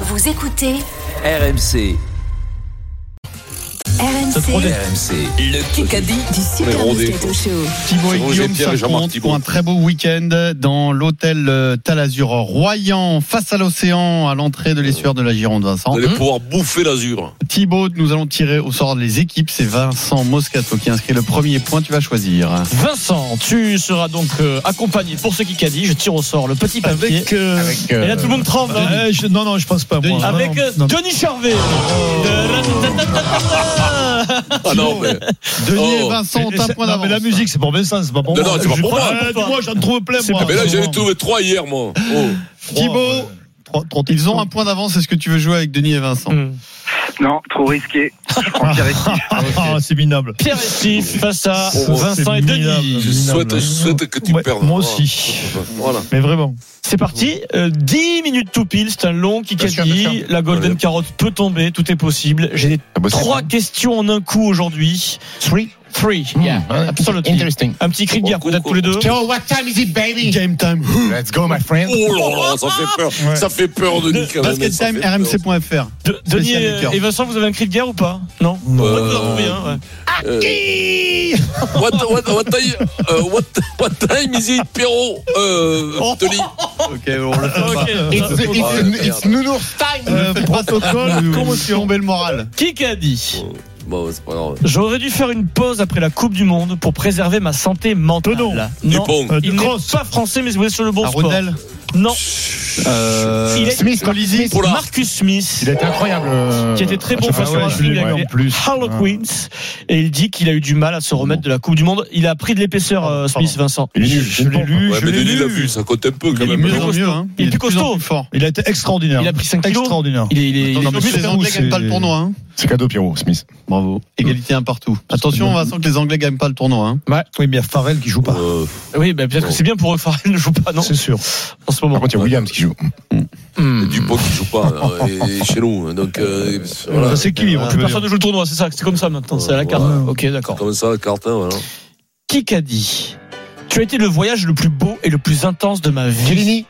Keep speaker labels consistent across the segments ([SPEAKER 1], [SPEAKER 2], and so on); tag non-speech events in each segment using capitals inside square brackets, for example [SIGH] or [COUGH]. [SPEAKER 1] Vous écoutez
[SPEAKER 2] RMC,
[SPEAKER 1] RMC,
[SPEAKER 2] RMC, le Kikadi.
[SPEAKER 1] du Super
[SPEAKER 3] rondé,
[SPEAKER 1] Moscato Show.
[SPEAKER 4] Thibaut
[SPEAKER 3] Roger
[SPEAKER 4] et Guillaume
[SPEAKER 3] Pierre et Jean-Marc
[SPEAKER 4] s'affrontent
[SPEAKER 3] Thibault.
[SPEAKER 4] pour un très beau week-end dans l'hôtel Talazur Royan face à l'océan à l'entrée de l'estuaire de la Gironde Vincent.
[SPEAKER 3] Vous allez pouvoir bouffer l'azur.
[SPEAKER 4] Thibaut, nous allons tirer au sort les équipes. C'est Vincent Moscato qui inscrit le premier point. Tu vas choisir.
[SPEAKER 5] Vincent, tu seras donc euh, accompagné pour ce qui qu'a dit. Je tire au sort le petit papier.
[SPEAKER 3] euh,
[SPEAKER 5] Et là, tout le monde tremble. hein.
[SPEAKER 6] euh,
[SPEAKER 4] non, non, je pense pas moi.
[SPEAKER 5] Avec euh, Johnny Charvet. Ta-ra-ta-ta-ta-ta.
[SPEAKER 3] Ah non, mais.
[SPEAKER 4] Denis
[SPEAKER 3] Oh.
[SPEAKER 4] et Vincent ont un point d'avance.
[SPEAKER 6] c'est pour Vincent, c'est pas pour
[SPEAKER 3] Non, non, c'est pas pour moi.
[SPEAKER 6] moi, j'en trouve plein,
[SPEAKER 3] Ah, mais là, j'en ai trouvé trois hier, moi. Oh.
[SPEAKER 4] Thibaut, ils ont un point d'avance. Est-ce que tu veux jouer avec Denis et Vincent
[SPEAKER 7] Non, trop risqué. Je prends Pierre Estif.
[SPEAKER 5] Ah,
[SPEAKER 6] Ah, c'est minable.
[SPEAKER 5] Pierre Estif face à
[SPEAKER 3] Oh,
[SPEAKER 5] Vincent et Denis.
[SPEAKER 3] Je souhaite, je souhaite que tu
[SPEAKER 6] Ouais,
[SPEAKER 3] perdes. Oh,
[SPEAKER 6] Moi aussi.
[SPEAKER 3] Voilà.
[SPEAKER 6] Mais vraiment.
[SPEAKER 5] C'est parti. euh, 10 minutes tout pile. C'est un long qui
[SPEAKER 4] Bien sûr, bien
[SPEAKER 5] dit. La Golden
[SPEAKER 3] Allez.
[SPEAKER 5] Carotte peut tomber. Tout est possible. J'ai trois questions en un coup aujourd'hui. Three. Three. Yeah. Absolument. Un petit cri de guerre peut-être tous les deux.
[SPEAKER 8] Yo, what time is it,
[SPEAKER 5] Mm.
[SPEAKER 8] baby?
[SPEAKER 4] Game time.
[SPEAKER 8] Let's go, my friend.
[SPEAKER 3] Oh là là, ça fait peur. Ça fait peur, Denis, quand même.
[SPEAKER 4] Basket
[SPEAKER 3] ça
[SPEAKER 4] time,
[SPEAKER 3] fait peur.
[SPEAKER 4] rmc.fr.
[SPEAKER 5] De- Denis
[SPEAKER 4] Spécial
[SPEAKER 5] et
[SPEAKER 4] Lakers.
[SPEAKER 5] et Vincent, vous avez un cri de guerre ou pas Non. Ouais, vous en trouvez un, ouais.
[SPEAKER 3] Euh, What, what, what time, euh, what, what time is it, Pierrot euh, Denis
[SPEAKER 4] [LAUGHS] Ok, on le fait pas.
[SPEAKER 5] Ok.
[SPEAKER 8] It's, it's, it's nounours time.
[SPEAKER 4] Euh, protocole,
[SPEAKER 5] Commotion.
[SPEAKER 4] tomber le moral.
[SPEAKER 5] Qui qu'a dit
[SPEAKER 3] Bon, c'est pas grave.
[SPEAKER 5] J'aurais dû faire une pause après la Coupe du Monde pour préserver ma santé mentale.
[SPEAKER 6] Penaud.
[SPEAKER 5] Non,
[SPEAKER 3] Dupont.
[SPEAKER 6] Euh,
[SPEAKER 5] il n'est
[SPEAKER 6] Cross.
[SPEAKER 5] pas français, mais vous êtes sur le bon
[SPEAKER 4] À
[SPEAKER 5] sport.
[SPEAKER 4] Rodel.
[SPEAKER 5] Non,
[SPEAKER 4] Euh,
[SPEAKER 5] il est
[SPEAKER 8] Smith, Colisi.
[SPEAKER 3] Oula.
[SPEAKER 5] Marcus Smith,
[SPEAKER 8] Il a été incroyable. euh,
[SPEAKER 5] qui était très bon face au Racing avec les Harlequins, et il dit qu'il a eu du mal à se remettre de la Coupe du Monde. Il a pris de l'épaisseur, euh,
[SPEAKER 6] Pardon.
[SPEAKER 5] Smith, Vincent.
[SPEAKER 6] Il est nul. Je l'ai lu.
[SPEAKER 3] Ouais,
[SPEAKER 6] je
[SPEAKER 3] mais
[SPEAKER 6] l'ai
[SPEAKER 3] Denis l'a vu,
[SPEAKER 6] lu.
[SPEAKER 3] ça compte un peu quand
[SPEAKER 4] Il est
[SPEAKER 3] même.
[SPEAKER 4] mieux en mieux, hein.
[SPEAKER 5] Il est plus
[SPEAKER 4] de plus en
[SPEAKER 5] costaud.
[SPEAKER 4] plus fort.
[SPEAKER 6] Il a été extraordinaire.
[SPEAKER 5] Il a pris 5 kilos.
[SPEAKER 6] Extraordinaire.
[SPEAKER 5] Il est, il est- il est-
[SPEAKER 4] Non, mais
[SPEAKER 6] obligé
[SPEAKER 4] les
[SPEAKER 6] de
[SPEAKER 4] Anglais
[SPEAKER 6] pousser.
[SPEAKER 4] gagnent pas le tournoi. Hein.
[SPEAKER 8] C'est cadeau, Pierrot, Smith.
[SPEAKER 4] Bravo. Égalité un partout. Attention, Vincent, que les Anglais gagnent pas le tournoi. Hein.
[SPEAKER 6] Ouais. Oui, mais il y a Farrell qui joue pas.
[SPEAKER 3] Euh,
[SPEAKER 5] Oui, bah, peut-être que c'est bien pour eux. Farrell ne joue pas, non
[SPEAKER 6] C'est sûr.
[SPEAKER 5] En ce
[SPEAKER 8] Par
[SPEAKER 5] moment.
[SPEAKER 8] contre, il y a Williams qui joue.
[SPEAKER 5] Hmm.
[SPEAKER 3] Dupont qui joue
[SPEAKER 4] [LAUGHS]
[SPEAKER 3] pas, hein, et, et chez nous. hein, Donc, euh, voilà.
[SPEAKER 6] Ça s'équilibre. tu veux
[SPEAKER 5] Ah, Personne ne joue le tournoi, c'est ça. C'est comme ça maintenant. C'est à la carte.
[SPEAKER 3] Ouais.
[SPEAKER 5] Ok, d'accord.
[SPEAKER 3] Comme ça, le carton, voilà.
[SPEAKER 5] Qui qu'a dit Tu as été le voyage le plus beau et le plus intense de ma vie.
[SPEAKER 8] Chiellini.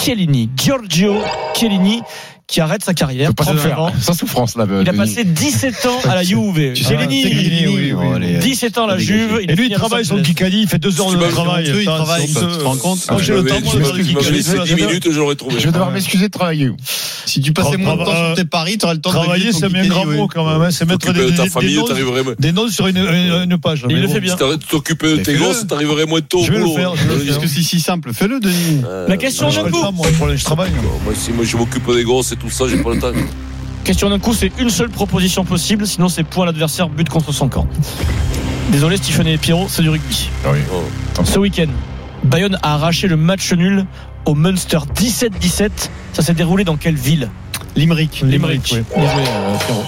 [SPEAKER 5] Chiellini, Giorgio Chiellini, qui arrête sa carrière.
[SPEAKER 8] Faut pas
[SPEAKER 5] 39
[SPEAKER 8] souffrir.
[SPEAKER 5] ans.
[SPEAKER 8] Sans souffrance, là.
[SPEAKER 5] Il a passé 17 ans
[SPEAKER 6] [LAUGHS]
[SPEAKER 5] à la Juve.
[SPEAKER 6] dire. Ah,
[SPEAKER 5] Chiellini,
[SPEAKER 6] Chiellini, oui, oui.
[SPEAKER 4] Bon, oh, allez.
[SPEAKER 5] 17 ans à la
[SPEAKER 4] Dégagé.
[SPEAKER 5] Juve.
[SPEAKER 6] Et lui, il travaille sur le Kikadi, il fait deux heures
[SPEAKER 3] Tu
[SPEAKER 6] de
[SPEAKER 3] m'as-
[SPEAKER 6] travail.
[SPEAKER 4] Honteux, il
[SPEAKER 6] Putain,
[SPEAKER 4] travaille,
[SPEAKER 6] c'est
[SPEAKER 4] ça,
[SPEAKER 6] honteux.
[SPEAKER 4] tu te rends compte
[SPEAKER 6] Moi, j'ai le
[SPEAKER 3] Mais
[SPEAKER 6] temps, moi,
[SPEAKER 3] Ah, tu
[SPEAKER 6] de
[SPEAKER 3] m'as-
[SPEAKER 6] faire le
[SPEAKER 3] tu m'as
[SPEAKER 6] Kikadi,
[SPEAKER 3] laissé
[SPEAKER 6] ça,
[SPEAKER 3] 10
[SPEAKER 6] ça,
[SPEAKER 3] minutes, je l'aurais trouvé.
[SPEAKER 8] Je vais devoir m'excuser de travailler.
[SPEAKER 4] Si tu passais
[SPEAKER 6] Tra-
[SPEAKER 4] moins de temps
[SPEAKER 6] tra-
[SPEAKER 4] sur tes paris, t'aurais le temps
[SPEAKER 6] Travailler,
[SPEAKER 4] de
[SPEAKER 6] c'est bien grand mot quand même. hein. C'est mettre
[SPEAKER 3] T'occuper
[SPEAKER 6] des,
[SPEAKER 3] de ta
[SPEAKER 6] des-
[SPEAKER 3] famille,
[SPEAKER 6] des noms-
[SPEAKER 3] t'arriverais moins.
[SPEAKER 6] des noms sur une, une- une page.
[SPEAKER 5] Il
[SPEAKER 6] Mais
[SPEAKER 5] le
[SPEAKER 6] bon.
[SPEAKER 5] fait bien.
[SPEAKER 3] Si t'arrêtes de t'occuper de
[SPEAKER 4] Mais
[SPEAKER 3] tes
[SPEAKER 4] fais-le.
[SPEAKER 3] gosses, t'arriverais moins tôt au
[SPEAKER 6] Je vais le
[SPEAKER 3] boulot.
[SPEAKER 6] faire, je vais le
[SPEAKER 4] Parce que c'est si simple. Fais-le, Denis.
[SPEAKER 3] Euh,
[SPEAKER 5] La question
[SPEAKER 6] Je
[SPEAKER 5] d'un
[SPEAKER 6] fais
[SPEAKER 5] coup.
[SPEAKER 6] pas, moi, pour les- je travaille.
[SPEAKER 3] Moi, si moi je m'occupe des gosses et tout ça, j'ai pas le temps.
[SPEAKER 5] Question d'un coup, c'est une seule proposition possible, sinon c'est point à l'adversaire, but contre son camp. Désolé, Stephen et Pierrot, c'est du rugby.
[SPEAKER 4] Ah
[SPEAKER 5] Oh.
[SPEAKER 8] Oui.
[SPEAKER 5] Ce week-end, Bayonne a arraché le match nul au Munster 17-17. Ça s'est déroulé dans quelle ville
[SPEAKER 4] Limerick.
[SPEAKER 5] Limerick. Bien joué, euh, Pierrot.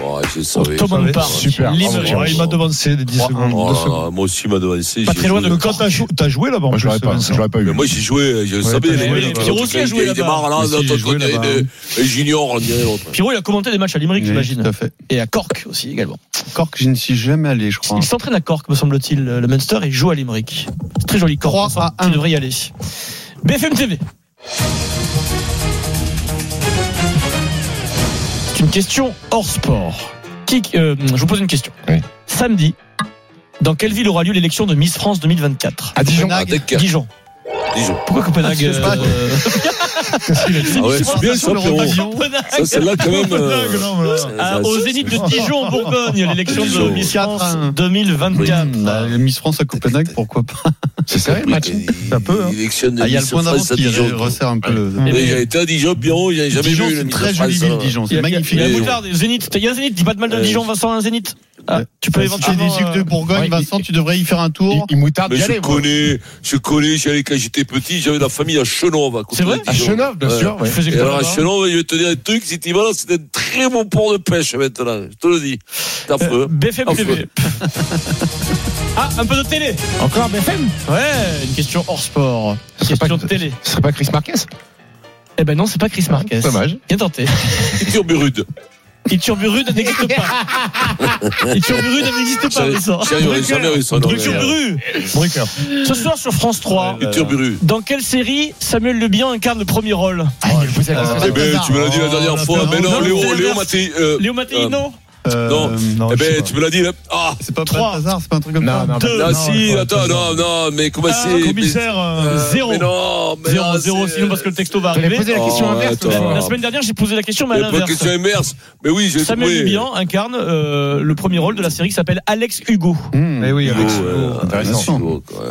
[SPEAKER 3] Oh, je savais.
[SPEAKER 5] Thomas
[SPEAKER 3] Oh
[SPEAKER 5] nous parle.
[SPEAKER 8] Super.
[SPEAKER 5] Limerick.
[SPEAKER 8] Bravo,
[SPEAKER 6] Ouais, Il m'a devancé des 10
[SPEAKER 4] Trois,
[SPEAKER 6] secondes.
[SPEAKER 3] là
[SPEAKER 6] deux secondes.
[SPEAKER 3] là, moi aussi, il m'a devancé.
[SPEAKER 5] Pas
[SPEAKER 3] j'ai
[SPEAKER 5] très loin
[SPEAKER 3] joué.
[SPEAKER 5] de-
[SPEAKER 6] Mais quand t'as jou- t'as joué là-bas, en
[SPEAKER 8] Moi, je
[SPEAKER 6] plus,
[SPEAKER 8] l'aurais pas,
[SPEAKER 6] Vincent.
[SPEAKER 8] je l'aurais pas eu.
[SPEAKER 3] Mais moi, j'ai joué, je le
[SPEAKER 6] Ouais,
[SPEAKER 3] savais.
[SPEAKER 6] t'as
[SPEAKER 3] les-
[SPEAKER 6] joué,
[SPEAKER 3] les-
[SPEAKER 6] Pierrot
[SPEAKER 3] les-
[SPEAKER 5] aussi a joué
[SPEAKER 3] Il
[SPEAKER 5] là-bas.
[SPEAKER 3] démarre là,
[SPEAKER 4] Mais si,
[SPEAKER 3] dans
[SPEAKER 4] j'ai
[SPEAKER 3] ton
[SPEAKER 4] joué
[SPEAKER 3] côté,
[SPEAKER 4] là-bas.
[SPEAKER 3] des- les juniors, on dirait l'autre.
[SPEAKER 5] Pierrot, il a commenté des matchs à Limerick, j'imagine.
[SPEAKER 4] Tout à fait.
[SPEAKER 5] Et à Cork aussi, également.
[SPEAKER 4] Cork, je ne suis jamais allé, je crois.
[SPEAKER 5] Il s'entraîne à Cork, me semble-t-il, le Munster, et joue à Limerick. C'est très joli, Cork.
[SPEAKER 4] 3
[SPEAKER 5] me semble.
[SPEAKER 4] à
[SPEAKER 5] Tu
[SPEAKER 4] 1.
[SPEAKER 5] devrais y aller. BFM TV. C'est une question hors sport. Qui, euh, je vous pose une question.
[SPEAKER 8] Oui.
[SPEAKER 5] Samedi, dans quelle ville aura lieu l'élection de Miss France 2024
[SPEAKER 8] À Dijon.
[SPEAKER 3] Ah, Decker,
[SPEAKER 5] Dijon.
[SPEAKER 3] Dijon.
[SPEAKER 5] Pourquoi Copenhague
[SPEAKER 4] Ah, je sais pas. [LAUGHS]
[SPEAKER 5] euh,
[SPEAKER 3] Ah ouais, c'est bien ça, Pierrot.
[SPEAKER 5] Copenhague.
[SPEAKER 3] Ça, c'est là quand même. euh,
[SPEAKER 6] Dingue, non, mais là.
[SPEAKER 5] Ah,
[SPEAKER 3] ça,
[SPEAKER 5] au
[SPEAKER 3] c'est-
[SPEAKER 5] Zénith de Dijon en Bourgogne, l'élection de
[SPEAKER 3] Dijon.
[SPEAKER 5] Miss France
[SPEAKER 4] 4-1.
[SPEAKER 5] 2024.
[SPEAKER 4] Bah, La Miss France à Copenhague, pourquoi pas
[SPEAKER 8] C'est sérieux, le match
[SPEAKER 6] Ça peut, hein.
[SPEAKER 3] Élection de
[SPEAKER 4] Ah, Il y a le
[SPEAKER 3] Miss
[SPEAKER 4] point d'avance
[SPEAKER 3] France à
[SPEAKER 4] qui
[SPEAKER 3] Dijon.
[SPEAKER 4] resserre un peu
[SPEAKER 5] Et
[SPEAKER 4] le.
[SPEAKER 3] Mais J'ai été à Dijon, Pierrot, j'ai jamais
[SPEAKER 4] Dijon,
[SPEAKER 3] vu
[SPEAKER 4] c'est
[SPEAKER 3] le
[SPEAKER 4] une
[SPEAKER 3] Miss
[SPEAKER 4] très
[SPEAKER 3] France,
[SPEAKER 4] jolie ville,
[SPEAKER 3] hein.
[SPEAKER 4] Dijon.
[SPEAKER 5] Il y
[SPEAKER 4] C'est
[SPEAKER 5] a- Il
[SPEAKER 4] magnifique.
[SPEAKER 5] y a
[SPEAKER 3] Et-
[SPEAKER 5] Boutard, des Zénith. Il y a un Zénith, dis pas de mal de
[SPEAKER 3] Euh,
[SPEAKER 5] Dijon, Vincent, un Zénith. Ah,
[SPEAKER 4] Ouais.
[SPEAKER 5] tu peux
[SPEAKER 4] Si t'es
[SPEAKER 5] éventuellement.
[SPEAKER 4] des sucres de
[SPEAKER 5] euh,
[SPEAKER 4] Bourgogne,
[SPEAKER 8] ouais,
[SPEAKER 4] Vincent,
[SPEAKER 8] il-
[SPEAKER 4] tu devrais y faire un
[SPEAKER 8] Il
[SPEAKER 4] tour.
[SPEAKER 8] il moutarde
[SPEAKER 3] Mais
[SPEAKER 8] d'y
[SPEAKER 3] je
[SPEAKER 8] aller. moi.
[SPEAKER 3] connais, je connais, j'y allais quand j'étais petit, j'avais la famille à Chenov. à côté
[SPEAKER 5] C'est
[SPEAKER 3] de
[SPEAKER 5] vrai
[SPEAKER 8] À
[SPEAKER 3] Dijon.
[SPEAKER 8] Chenov, bien
[SPEAKER 3] Ouais.
[SPEAKER 8] sûr. ouais.
[SPEAKER 5] je faisais
[SPEAKER 3] Et
[SPEAKER 5] quoi
[SPEAKER 3] alors à
[SPEAKER 5] là-bas
[SPEAKER 3] Chenov, je vais te dire un truc, si tu y vas là, c'est un très bon port de pêche maintenant, je te le dis. C'est affreux.
[SPEAKER 5] Euh, BFM
[SPEAKER 3] Ah,
[SPEAKER 5] TV. [LAUGHS] ah, un peu de télé.
[SPEAKER 8] Encore BFM
[SPEAKER 5] Ouais, une question hors sport.
[SPEAKER 8] Ce serait
[SPEAKER 5] Question
[SPEAKER 8] pas-
[SPEAKER 5] de télé.
[SPEAKER 8] Ce serait pas Chris Marquez
[SPEAKER 5] Eh ben non, c'est pas Chris Marquez.
[SPEAKER 8] Dommage.
[SPEAKER 5] Bien tenté.
[SPEAKER 3] Culture Burude.
[SPEAKER 5] Iturburu n'existe pas. Iturburu n'existe pas, Vincent.
[SPEAKER 3] Sérieux, les jamais eu ça. non, mais-
[SPEAKER 5] Iturburu.
[SPEAKER 6] Breaker.
[SPEAKER 5] Ce soir sur France 3,
[SPEAKER 3] Iturburu.
[SPEAKER 5] dans quelle série Samuel Le Bihan incarne le premier rôle
[SPEAKER 6] Euh,
[SPEAKER 3] Eh ben, tu me l'as dit la dernière fois. Mais non,
[SPEAKER 5] Non,
[SPEAKER 3] Léo,
[SPEAKER 5] c'est
[SPEAKER 3] Léo
[SPEAKER 5] l'inverse.
[SPEAKER 3] Maté. euh,
[SPEAKER 5] Léo Mattei,
[SPEAKER 3] euh,
[SPEAKER 5] non
[SPEAKER 3] Non.
[SPEAKER 6] non
[SPEAKER 4] Oh,
[SPEAKER 3] Eh
[SPEAKER 6] je sais
[SPEAKER 3] ben,
[SPEAKER 6] pas.
[SPEAKER 3] tu me l'as dit là. Ah,
[SPEAKER 4] C'est pas
[SPEAKER 5] Trois.
[SPEAKER 4] hasard, c'est pas un truc comme
[SPEAKER 8] Non,
[SPEAKER 4] ça.
[SPEAKER 8] non,
[SPEAKER 5] Deux.
[SPEAKER 3] ah
[SPEAKER 6] non,
[SPEAKER 3] si,
[SPEAKER 6] ouais,
[SPEAKER 3] attends,
[SPEAKER 6] ouais,
[SPEAKER 3] non,
[SPEAKER 6] ouais.
[SPEAKER 3] non, mais comment
[SPEAKER 5] Ah,
[SPEAKER 3] bah, c'est mais-
[SPEAKER 6] Commissaire. euh,
[SPEAKER 5] Zéro.
[SPEAKER 3] Mais non, mais
[SPEAKER 5] Zéro,
[SPEAKER 3] Bah non,
[SPEAKER 5] zéro,
[SPEAKER 3] c'est-
[SPEAKER 5] sinon parce que le texto va
[SPEAKER 8] J'allais
[SPEAKER 5] arriver.
[SPEAKER 8] poser la question
[SPEAKER 3] Oh,
[SPEAKER 8] inverse.
[SPEAKER 3] attends.
[SPEAKER 5] La semaine dernière, j'ai posé la question, mais à
[SPEAKER 3] Il y a pas de
[SPEAKER 5] l'inverse.
[SPEAKER 3] question inverse. Mais oui, j'ai
[SPEAKER 5] Samuel Le Bihan incarne euh, le premier rôle de la série qui s'appelle Alex Hugo.
[SPEAKER 4] Hmm.
[SPEAKER 6] Mais
[SPEAKER 3] Oh,
[SPEAKER 6] oui, avec.
[SPEAKER 8] Intéressant.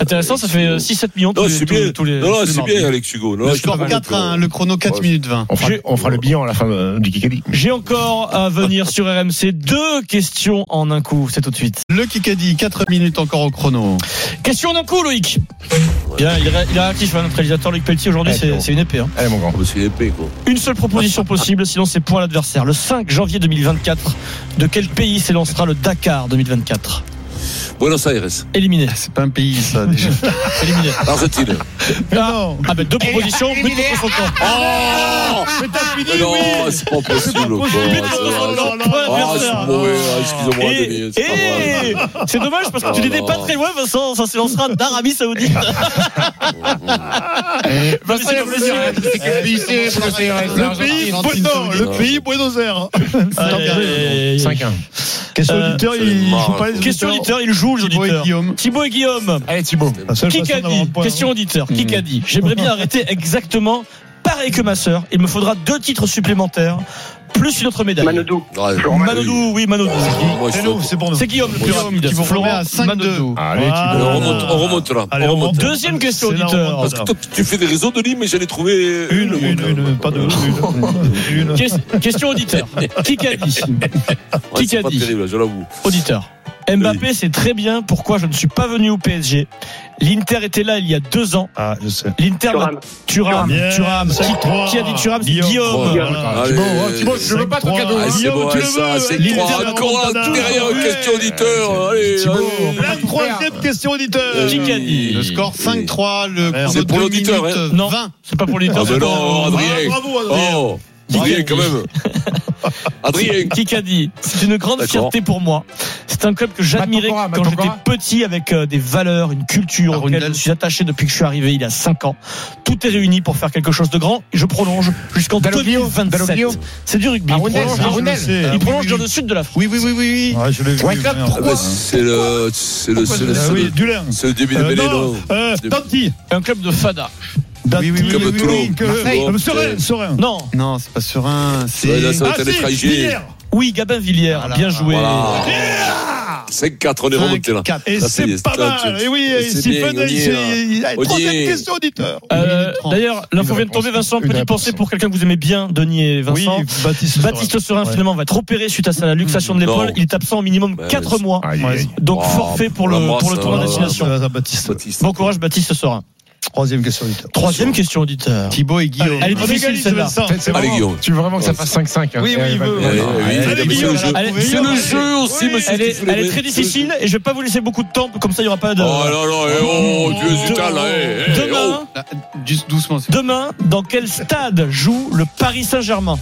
[SPEAKER 5] Intéressant, ça fait euh, 6-7 millions tous
[SPEAKER 3] Non,
[SPEAKER 5] les-
[SPEAKER 3] c'est
[SPEAKER 5] tous-
[SPEAKER 3] bien.
[SPEAKER 5] tous les-
[SPEAKER 3] Non,
[SPEAKER 5] tous
[SPEAKER 3] non,
[SPEAKER 5] les
[SPEAKER 3] c'est
[SPEAKER 5] mardis.
[SPEAKER 3] bien, Alex Hugo. Non,
[SPEAKER 4] Le
[SPEAKER 3] je te
[SPEAKER 4] score
[SPEAKER 3] parle.
[SPEAKER 4] 4 1, le chrono 4 minutes 20.
[SPEAKER 8] On fera,
[SPEAKER 5] J'ai-
[SPEAKER 8] on fera le bilan à la fin euh, du Kikadi.
[SPEAKER 5] J'ai encore à venir sur RMC deux questions en un coup, c'est tout de suite.
[SPEAKER 4] Le Kikadi, 4 minutes encore au chrono.
[SPEAKER 5] Question en un coup, Loïc Bien, il, est- il est réactif, hein, notre réalisateur Loïc Pelletier, aujourd'hui,
[SPEAKER 3] Ah,
[SPEAKER 8] Ouais,
[SPEAKER 5] c'est-
[SPEAKER 8] bon.
[SPEAKER 5] c'est une épée. hein.
[SPEAKER 8] Allez, mon grand.
[SPEAKER 3] Oh, C'est épais, quoi.
[SPEAKER 5] Une seule proposition possible, sinon c'est pour l'adversaire. Le 5 janvier 2024, de quel pays s'élancera le Dakar 2024
[SPEAKER 3] Buenos Aires,
[SPEAKER 5] Éliminé,
[SPEAKER 4] C'est pas un pays, ça,
[SPEAKER 6] [LAUGHS]
[SPEAKER 4] déjà.
[SPEAKER 5] éliminé.
[SPEAKER 3] Argentine.
[SPEAKER 5] Ah, ah ben deux propositions, but contre son camp. Ah,
[SPEAKER 3] Oh Mais non, c'est pas possible, quoi.
[SPEAKER 5] But contre son
[SPEAKER 3] C'est vrai.
[SPEAKER 5] camp, pour
[SPEAKER 3] Ah, c'est
[SPEAKER 5] euh, l'adversaire. Eh,
[SPEAKER 3] mauvais, ah, excusez-moi,
[SPEAKER 5] Et,
[SPEAKER 3] Denis, c'est pas
[SPEAKER 5] et-
[SPEAKER 3] vrai.
[SPEAKER 5] c'est dommage parce que tu
[SPEAKER 3] Oh
[SPEAKER 5] n'étais
[SPEAKER 3] là.
[SPEAKER 5] pas très loin, Vincent. Ça s'élancera d'Arabie Saoudite. Eh, Vincent, il a plaisir.
[SPEAKER 8] Eh, Le
[SPEAKER 6] pays, non, le pays Buenos Aires.
[SPEAKER 5] Aïe, aïe, aïe, aïe.
[SPEAKER 8] 5-1.
[SPEAKER 6] Question
[SPEAKER 5] Euh,
[SPEAKER 6] auditeur,
[SPEAKER 3] c'est
[SPEAKER 6] il
[SPEAKER 3] marrant.
[SPEAKER 6] faut pas les
[SPEAKER 5] Question
[SPEAKER 6] auditeurs.
[SPEAKER 5] auditeur, il joue les
[SPEAKER 4] Thibaut et
[SPEAKER 5] auditeurs.
[SPEAKER 4] Guillaume.
[SPEAKER 5] Thibaut et Guillaume.
[SPEAKER 8] Allez, Thibaut.
[SPEAKER 6] La seule
[SPEAKER 5] Qui
[SPEAKER 6] façon
[SPEAKER 5] qu'a
[SPEAKER 6] d'avoir un
[SPEAKER 5] dit
[SPEAKER 6] point,
[SPEAKER 5] Question auditeur. Qui qu'a dit J'aimerais bien arrêter exactement pareil que ma sœur. Il me faudra deux titres supplémentaires plus une autre médaille.
[SPEAKER 7] Manodou.
[SPEAKER 3] Ouais,
[SPEAKER 5] Manodou, oui, Manodou.
[SPEAKER 3] Moi, je
[SPEAKER 6] C'est
[SPEAKER 3] suis
[SPEAKER 6] nous,
[SPEAKER 3] d'accord.
[SPEAKER 6] c'est pour nous.
[SPEAKER 5] C'est Guillaume le plus
[SPEAKER 3] Guillaume
[SPEAKER 5] rapide.
[SPEAKER 4] Qui vont remettre
[SPEAKER 5] Florent
[SPEAKER 4] à 5-2.
[SPEAKER 5] Manodou.
[SPEAKER 8] Allez,
[SPEAKER 6] Ah.
[SPEAKER 3] Mais
[SPEAKER 5] Voilà.
[SPEAKER 3] on, remonte, on remontera.
[SPEAKER 6] Allez,
[SPEAKER 3] on
[SPEAKER 6] on
[SPEAKER 3] remonte.
[SPEAKER 6] remonte.
[SPEAKER 5] Deuxième question
[SPEAKER 6] C'est la
[SPEAKER 5] auditeur.
[SPEAKER 6] remontada.
[SPEAKER 3] Toi, tu fais des réseaux de lits, mais j'en ai trouvé
[SPEAKER 6] Une, une,
[SPEAKER 3] moi.
[SPEAKER 6] une, pas deux, une. Une.
[SPEAKER 5] Ques- Question auditeur. Qui qu'a dit
[SPEAKER 3] Ouais,
[SPEAKER 5] qui
[SPEAKER 3] Ah, c'est
[SPEAKER 5] a
[SPEAKER 3] pas
[SPEAKER 5] dit
[SPEAKER 3] terrible, je l'avoue.
[SPEAKER 5] Auditeur. Mbappé c'est très bien pourquoi je ne suis pas venu au PSG. L'Inter était là il y a deux ans.
[SPEAKER 6] Ah, je sais.
[SPEAKER 5] L'Inter m'a-
[SPEAKER 7] Thuram.
[SPEAKER 5] Turam.
[SPEAKER 6] Bien,
[SPEAKER 5] Turam.
[SPEAKER 6] cinq, trois.
[SPEAKER 5] Qui, qui a dit Turam C'est
[SPEAKER 6] Guillaume.
[SPEAKER 5] Guillaume.
[SPEAKER 3] Guillaume.
[SPEAKER 6] Voilà.
[SPEAKER 3] Allez.
[SPEAKER 8] Thibaut, hein, Thibaut, je veux pas ton
[SPEAKER 6] Cinq,
[SPEAKER 8] cadeau.
[SPEAKER 6] trois.
[SPEAKER 3] Ah, c'est
[SPEAKER 6] Guillaume,
[SPEAKER 3] bon,
[SPEAKER 6] tu
[SPEAKER 3] hein,
[SPEAKER 6] le
[SPEAKER 3] ça,
[SPEAKER 6] veux
[SPEAKER 3] c'est
[SPEAKER 6] L'Inter
[SPEAKER 3] trois.
[SPEAKER 6] de
[SPEAKER 3] Encore
[SPEAKER 6] Montana.
[SPEAKER 3] un derrière
[SPEAKER 6] Ouais.
[SPEAKER 3] question auditeur. Allez,
[SPEAKER 8] Thibaut.
[SPEAKER 3] allez. Euh,
[SPEAKER 6] La troisième question auditeur.
[SPEAKER 5] Qui a dit
[SPEAKER 4] Le score 5-3, le
[SPEAKER 6] Merde.
[SPEAKER 4] chrono
[SPEAKER 3] C'est pour
[SPEAKER 4] 2
[SPEAKER 3] l'auditeur,
[SPEAKER 4] minutes
[SPEAKER 3] hein.
[SPEAKER 5] Non.
[SPEAKER 4] 20.
[SPEAKER 5] C'est pas pour l'Inter.
[SPEAKER 3] Ah,
[SPEAKER 5] c'est
[SPEAKER 3] mais
[SPEAKER 5] pour-
[SPEAKER 3] non, Adrien.
[SPEAKER 6] Bravo, Adrien.
[SPEAKER 3] Oh,
[SPEAKER 5] Qui a
[SPEAKER 3] Adrien,
[SPEAKER 5] dit
[SPEAKER 3] quand même. Adrien. Ah,
[SPEAKER 5] Qui qu'a dit C'est une grande
[SPEAKER 3] D'accord.
[SPEAKER 5] fierté pour moi. C'est un club que j'admirais
[SPEAKER 8] Matokora,
[SPEAKER 5] quand j'étais
[SPEAKER 8] Matokora.
[SPEAKER 5] petit avec euh, des valeurs, une culture auquel
[SPEAKER 4] Arundel.
[SPEAKER 5] je suis attaché depuis que je suis arrivé il y a 5 ans. Tout est réuni pour faire quelque chose de grand et je prolonge jusqu'en
[SPEAKER 8] Dalloglio,
[SPEAKER 5] 2027.
[SPEAKER 8] Dalloglio.
[SPEAKER 5] C'est du rugby. Il
[SPEAKER 8] Arundel,
[SPEAKER 5] prolonge,
[SPEAKER 8] Arundel.
[SPEAKER 5] dans le-
[SPEAKER 6] sais.
[SPEAKER 5] il prolonge
[SPEAKER 4] oui,
[SPEAKER 5] dans
[SPEAKER 4] oui.
[SPEAKER 5] le sud de la France.
[SPEAKER 4] Oui, oui, oui, oui. oui.
[SPEAKER 6] Ah, je l'ai vu.
[SPEAKER 8] White Club,
[SPEAKER 6] merde.
[SPEAKER 3] Ah, bah, c'est le, c'est le, c'est le,
[SPEAKER 6] Ah
[SPEAKER 3] c'est
[SPEAKER 6] oui,
[SPEAKER 3] le,
[SPEAKER 6] Dulin.
[SPEAKER 3] c'est le début de
[SPEAKER 6] Euh,
[SPEAKER 3] Bélé,
[SPEAKER 6] non,
[SPEAKER 3] non
[SPEAKER 6] euh,
[SPEAKER 3] C'est-
[SPEAKER 6] Tanti.
[SPEAKER 5] Un club de fada.
[SPEAKER 4] Oui, oui, oui,
[SPEAKER 3] Comme
[SPEAKER 4] oui, oui,
[SPEAKER 3] Toulon.
[SPEAKER 4] oui.
[SPEAKER 6] Que-
[SPEAKER 3] Marseille.
[SPEAKER 6] Euh, Serein, Serein.
[SPEAKER 5] Non.
[SPEAKER 4] Non, c'est pas serein,
[SPEAKER 3] Ouais,
[SPEAKER 4] c'est.
[SPEAKER 3] là, ça va
[SPEAKER 6] Ah,
[SPEAKER 3] être
[SPEAKER 6] si,
[SPEAKER 3] l'étranger.
[SPEAKER 6] Villiers.
[SPEAKER 5] Oui, Gabin Villière.
[SPEAKER 4] Voilà.
[SPEAKER 5] Bien joué.
[SPEAKER 3] Voilà. 5-4, on est remonté là.
[SPEAKER 4] 5-4.
[SPEAKER 6] Et
[SPEAKER 3] Ça, ça y
[SPEAKER 6] c'est
[SPEAKER 3] est,
[SPEAKER 6] pas
[SPEAKER 3] là, tu-
[SPEAKER 6] mal. Et oui,
[SPEAKER 3] c'est
[SPEAKER 6] il s'y
[SPEAKER 3] bien,
[SPEAKER 6] fait- il
[SPEAKER 3] Odier,
[SPEAKER 6] s'y-
[SPEAKER 3] là.
[SPEAKER 6] il- Allez, Troisième
[SPEAKER 3] Odier.
[SPEAKER 6] question auditeur.
[SPEAKER 5] Euh,
[SPEAKER 4] Une
[SPEAKER 5] D'ailleurs, l'info
[SPEAKER 8] Une
[SPEAKER 5] vient de tomber,
[SPEAKER 8] réponse.
[SPEAKER 5] Vincent.
[SPEAKER 8] Une
[SPEAKER 5] Petite
[SPEAKER 8] réponse.
[SPEAKER 5] pensée pour quelqu'un que vous aimez bien, Denis et Vincent.
[SPEAKER 6] Baptiste.
[SPEAKER 5] Baptiste Serin
[SPEAKER 6] Ouais.
[SPEAKER 5] finalement va être opéré suite à sa luxation de l'épaule.
[SPEAKER 3] Non.
[SPEAKER 5] Il est absent au minimum
[SPEAKER 3] Ouais,
[SPEAKER 5] 4
[SPEAKER 3] c'est-
[SPEAKER 5] mois.
[SPEAKER 8] Aïe,
[SPEAKER 6] Ouais.
[SPEAKER 8] aïe.
[SPEAKER 5] Donc
[SPEAKER 3] Oh,
[SPEAKER 5] forfait pour le,
[SPEAKER 3] on l'embrasse,
[SPEAKER 5] pour le tournoi
[SPEAKER 3] hein,
[SPEAKER 5] destination.
[SPEAKER 6] Serein, Baptiste.
[SPEAKER 3] Baptiste.
[SPEAKER 5] Bon courage Baptiste Serin.
[SPEAKER 6] Troisième question auditeur.
[SPEAKER 5] Troisième question auditeur.
[SPEAKER 4] Thibaut et Guillaume.
[SPEAKER 5] Allez,
[SPEAKER 6] On
[SPEAKER 5] difficile,
[SPEAKER 6] égalise,
[SPEAKER 5] celle-là.
[SPEAKER 6] Vincent.
[SPEAKER 8] C'est
[SPEAKER 3] Allez, Guillaume.
[SPEAKER 8] vraiment, tu veux vraiment que ça fasse 5-5. hein.
[SPEAKER 6] Oui, oui,
[SPEAKER 8] Eh,
[SPEAKER 6] il
[SPEAKER 8] va-
[SPEAKER 6] veut.
[SPEAKER 8] Eh,
[SPEAKER 3] Eh,
[SPEAKER 8] non,
[SPEAKER 3] oui,
[SPEAKER 8] allez,
[SPEAKER 3] mais
[SPEAKER 6] Guillaume,
[SPEAKER 3] c'est le jeu.
[SPEAKER 5] allez,
[SPEAKER 3] C'est le
[SPEAKER 5] Guillaume,
[SPEAKER 3] jeu aussi,
[SPEAKER 6] allez.
[SPEAKER 3] monsieur.
[SPEAKER 5] Elle est,
[SPEAKER 3] Soufflet.
[SPEAKER 5] elle est très difficile et je vais pas vous laisser beaucoup de temps, comme ça il n'y aura pas de.
[SPEAKER 3] Oh là là, eh, oh, Dieu,
[SPEAKER 5] De-
[SPEAKER 3] zut, là, eh, eh, oh.
[SPEAKER 5] Demain,
[SPEAKER 4] Là, Ah, juste doucement, c'est
[SPEAKER 5] demain, dans quel stade joue le Paris Saint-Germain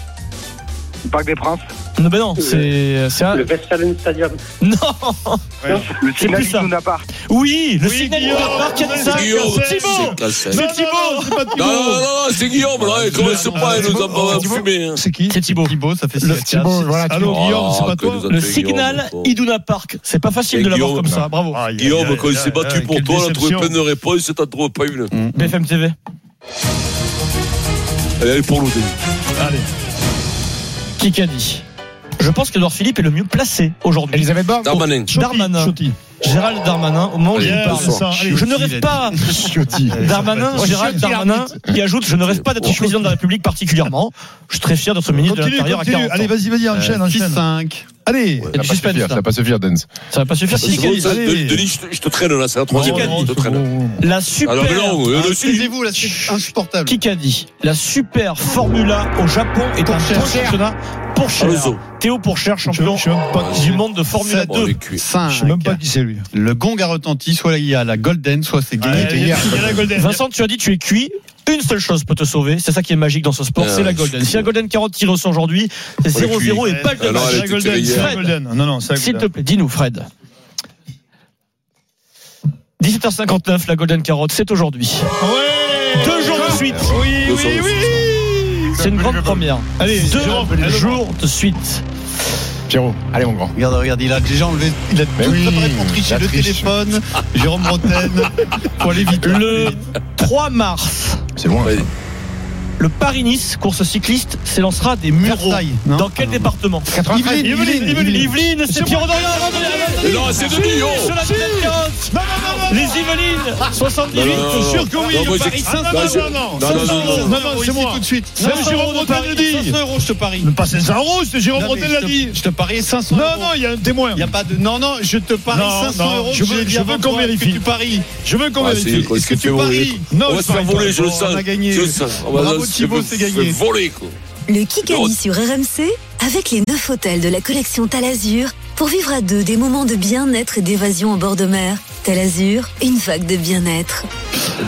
[SPEAKER 7] Parc des Princes.
[SPEAKER 5] Non, ben non, c'est. c'est un-
[SPEAKER 7] Le Westfalen Stadium.
[SPEAKER 5] [LAUGHS] Non
[SPEAKER 7] Le Signal
[SPEAKER 5] plus ça.
[SPEAKER 7] Iduna Park.
[SPEAKER 5] Oui, le
[SPEAKER 6] Oui,
[SPEAKER 5] signal
[SPEAKER 6] Guillaume.
[SPEAKER 5] Iduna Park, qui a dit ça.
[SPEAKER 3] C'est Guillaume,
[SPEAKER 5] C'est Thibaut
[SPEAKER 3] c'est classé.
[SPEAKER 5] C'est
[SPEAKER 6] Non, non, non,
[SPEAKER 5] Thibaut
[SPEAKER 6] c'est pas
[SPEAKER 3] Non, non, non,
[SPEAKER 6] Thibaut.
[SPEAKER 3] non, c'est Guillaume, là, eh, commence pas, il nous a pas
[SPEAKER 6] Thibaut.
[SPEAKER 3] fumé. hein.
[SPEAKER 6] C'est qui
[SPEAKER 5] C'est Thibaut.
[SPEAKER 4] Thibaut, ça fait
[SPEAKER 8] Le
[SPEAKER 4] 6
[SPEAKER 8] Thibaut, voilà.
[SPEAKER 6] Allô,
[SPEAKER 8] Thibaut.
[SPEAKER 6] Guillaume, c'est pas
[SPEAKER 3] que
[SPEAKER 6] toi
[SPEAKER 3] nous a
[SPEAKER 5] Le
[SPEAKER 3] fait
[SPEAKER 5] signal
[SPEAKER 3] Guillaume,
[SPEAKER 5] Iduna Park. C'est pas facile
[SPEAKER 3] Et
[SPEAKER 5] de l'avoir
[SPEAKER 3] Guillaume,
[SPEAKER 5] comme ça, bravo.
[SPEAKER 6] Aïe, aïe,
[SPEAKER 3] Guillaume,
[SPEAKER 6] aïe,
[SPEAKER 3] quand il
[SPEAKER 6] aïe,
[SPEAKER 3] s'est battu
[SPEAKER 6] aïe,
[SPEAKER 3] pour
[SPEAKER 6] quelle
[SPEAKER 3] toi, on a trouvé
[SPEAKER 6] déception.
[SPEAKER 3] plein de réponses, t'as trouvé pas une.
[SPEAKER 5] BFM TV.
[SPEAKER 3] Allez, allez, pour nous. Denis.
[SPEAKER 6] Allez.
[SPEAKER 5] Qui qu'a dit Je pense qu'Edouard Philippe est le mieux placé aujourd'hui.
[SPEAKER 8] Elisabeth Borne.
[SPEAKER 3] Darmanin.
[SPEAKER 5] Darmanin.
[SPEAKER 6] Chouti.
[SPEAKER 5] Gérald Darmanin, au moment où je
[SPEAKER 3] Allez,
[SPEAKER 5] vous
[SPEAKER 6] Bien,
[SPEAKER 5] parle.
[SPEAKER 6] Vincent. Allez,
[SPEAKER 5] Je ne rêve pas.
[SPEAKER 8] Chiotti.
[SPEAKER 5] Darmanin,
[SPEAKER 8] Ouais,
[SPEAKER 5] Gérald
[SPEAKER 8] Ciotti,
[SPEAKER 5] Darmanin, qui ajoute Je ne rêve pas d'être
[SPEAKER 3] Oh.
[SPEAKER 5] président de la République particulièrement. Je suis très fier d'être ministre de
[SPEAKER 6] Continue,
[SPEAKER 5] l'Intérieur à
[SPEAKER 6] continue.
[SPEAKER 5] 40 ans.
[SPEAKER 6] Allez, vas-y, vas-y, enchaîne,
[SPEAKER 4] Euh,
[SPEAKER 6] enchaîne.
[SPEAKER 4] 6-5.
[SPEAKER 6] Allez.
[SPEAKER 5] Il y a du suspense,
[SPEAKER 8] Ça
[SPEAKER 5] là.
[SPEAKER 8] va pas se faire, Dance.
[SPEAKER 5] Ça va pas suffire.
[SPEAKER 3] C'est
[SPEAKER 5] Si,
[SPEAKER 3] drôle,
[SPEAKER 5] Kadi.
[SPEAKER 3] ça.
[SPEAKER 6] allez.
[SPEAKER 3] De- Denis, je te- je te traîne là, c'est la troisième.
[SPEAKER 5] Kikadi.
[SPEAKER 3] Je te traîne.
[SPEAKER 5] La
[SPEAKER 3] Ah non, mais
[SPEAKER 5] super.
[SPEAKER 3] non, euh, le suivi.
[SPEAKER 4] Excusez-vous, là, c'est insupportable.
[SPEAKER 5] Qui qu'a dit La super Formula au Japon est un
[SPEAKER 4] Pourchère.
[SPEAKER 5] championnat pour
[SPEAKER 3] Alonso.
[SPEAKER 5] Théo Pourchère,
[SPEAKER 6] Je
[SPEAKER 5] champion
[SPEAKER 6] je sais même pas qui
[SPEAKER 5] du monde de Formule
[SPEAKER 4] Sept.
[SPEAKER 3] Ah, Bon, on
[SPEAKER 5] 2.
[SPEAKER 3] est cuit.
[SPEAKER 4] 5.
[SPEAKER 6] Je sais même pas qui c'est lui.
[SPEAKER 4] Le gong a retenti, soit il y a la golden, soit c'est gagné.
[SPEAKER 6] Allez, il y a- il y a la Golden.
[SPEAKER 5] Vincent, tu as dit tu es cuit. Une seule chose peut te sauver, c'est ça qui est magique dans ce sport,
[SPEAKER 3] Ah
[SPEAKER 5] c'est
[SPEAKER 3] ouais,
[SPEAKER 5] la Golden. Si la Golden 40 qui ressort aujourd'hui, c'est
[SPEAKER 3] On l'a cuit.
[SPEAKER 5] 0-0 et pas de
[SPEAKER 3] Alors, elle
[SPEAKER 5] match.
[SPEAKER 3] était tuée
[SPEAKER 5] Fred,
[SPEAKER 3] hier.
[SPEAKER 6] C'est Golden. Non, non, c'est
[SPEAKER 5] S'il te
[SPEAKER 6] Golden.
[SPEAKER 5] plaît, dis-nous, Fred. 17h59, la Golden Carotte, c'est aujourd'hui. Deux jours de suite.
[SPEAKER 6] Oui,
[SPEAKER 3] Deux
[SPEAKER 6] oui,
[SPEAKER 3] jours de
[SPEAKER 6] oui.
[SPEAKER 5] C'est une grande première.
[SPEAKER 6] Allez, Jérôme,
[SPEAKER 5] Deux
[SPEAKER 6] allez,
[SPEAKER 5] jours de suite.
[SPEAKER 8] Pierrot, allez, mon grand.
[SPEAKER 4] Regarde, regarde, il a déjà enlevé, il a tout
[SPEAKER 8] Mais oui,
[SPEAKER 4] préparé pour tricher
[SPEAKER 8] la
[SPEAKER 4] le
[SPEAKER 8] triche.
[SPEAKER 4] téléphone, Jérôme Roten. Faut aller vite.
[SPEAKER 5] Le 3 mars,
[SPEAKER 8] C'est bon.
[SPEAKER 3] Ouais.
[SPEAKER 5] le Paris-Nice, course cycliste, s'élancera des mureaux.
[SPEAKER 4] Versailles, non
[SPEAKER 5] Dans quel
[SPEAKER 4] Ah, non.
[SPEAKER 5] département
[SPEAKER 4] Yveline, Yveline, Yveline.
[SPEAKER 5] Yveline, c'est Pierrot Dorian.
[SPEAKER 3] Non, c'est de Lyon.
[SPEAKER 5] Sur la Golden Carotte. Les Yvelines, 78.
[SPEAKER 3] Non, non, non, non.
[SPEAKER 5] Sûr que oui,
[SPEAKER 3] Non, moi,
[SPEAKER 5] le Paris
[SPEAKER 3] j'ai-
[SPEAKER 5] Saint-Germain.
[SPEAKER 3] Non, je- non, non, non, non.
[SPEAKER 6] Non, non, c'est moi.
[SPEAKER 4] tout de suite.
[SPEAKER 5] Non, c'est Jérôme Rotten le dit.
[SPEAKER 4] 500 euros, je te parie.
[SPEAKER 6] Mais pas 500 euros, c'est Jérôme
[SPEAKER 4] Non, mais
[SPEAKER 6] Rotel l'a
[SPEAKER 4] je te-
[SPEAKER 6] dit.
[SPEAKER 4] Je te parie 500
[SPEAKER 6] Non,
[SPEAKER 4] euros.
[SPEAKER 6] non, il y a un témoin.
[SPEAKER 4] Il y a pas de. Non, non, je te parie
[SPEAKER 6] Non,
[SPEAKER 4] 500
[SPEAKER 6] non,
[SPEAKER 4] euros.
[SPEAKER 6] je veux-
[SPEAKER 4] l'ai dit
[SPEAKER 6] je veux
[SPEAKER 4] avant
[SPEAKER 6] qu'on
[SPEAKER 4] toi,
[SPEAKER 6] vérifie.
[SPEAKER 4] que Tu paries.
[SPEAKER 6] Je veux qu'on
[SPEAKER 3] Ah,
[SPEAKER 6] vérifie.
[SPEAKER 3] c'est-
[SPEAKER 4] Est-ce que
[SPEAKER 3] c'est
[SPEAKER 4] tu
[SPEAKER 3] bon,
[SPEAKER 4] paries
[SPEAKER 6] Non,
[SPEAKER 3] On va
[SPEAKER 6] je
[SPEAKER 3] se faire
[SPEAKER 6] parie
[SPEAKER 3] voler,
[SPEAKER 6] pas.
[SPEAKER 3] je le sens.
[SPEAKER 4] on a gagné.
[SPEAKER 3] Je le sens. On va-
[SPEAKER 4] Bravo,
[SPEAKER 3] se
[SPEAKER 4] Thibaut,
[SPEAKER 3] fait-
[SPEAKER 4] c'est gagné.
[SPEAKER 3] se fait voler, quoi.
[SPEAKER 1] Le Kikadi
[SPEAKER 3] Non.
[SPEAKER 1] sur RMC avec les 9 hôtels de la collection Talazur pour vivre à deux des moments de bien-être et d'évasion en bord de mer. Talazur, une vague de bien-être.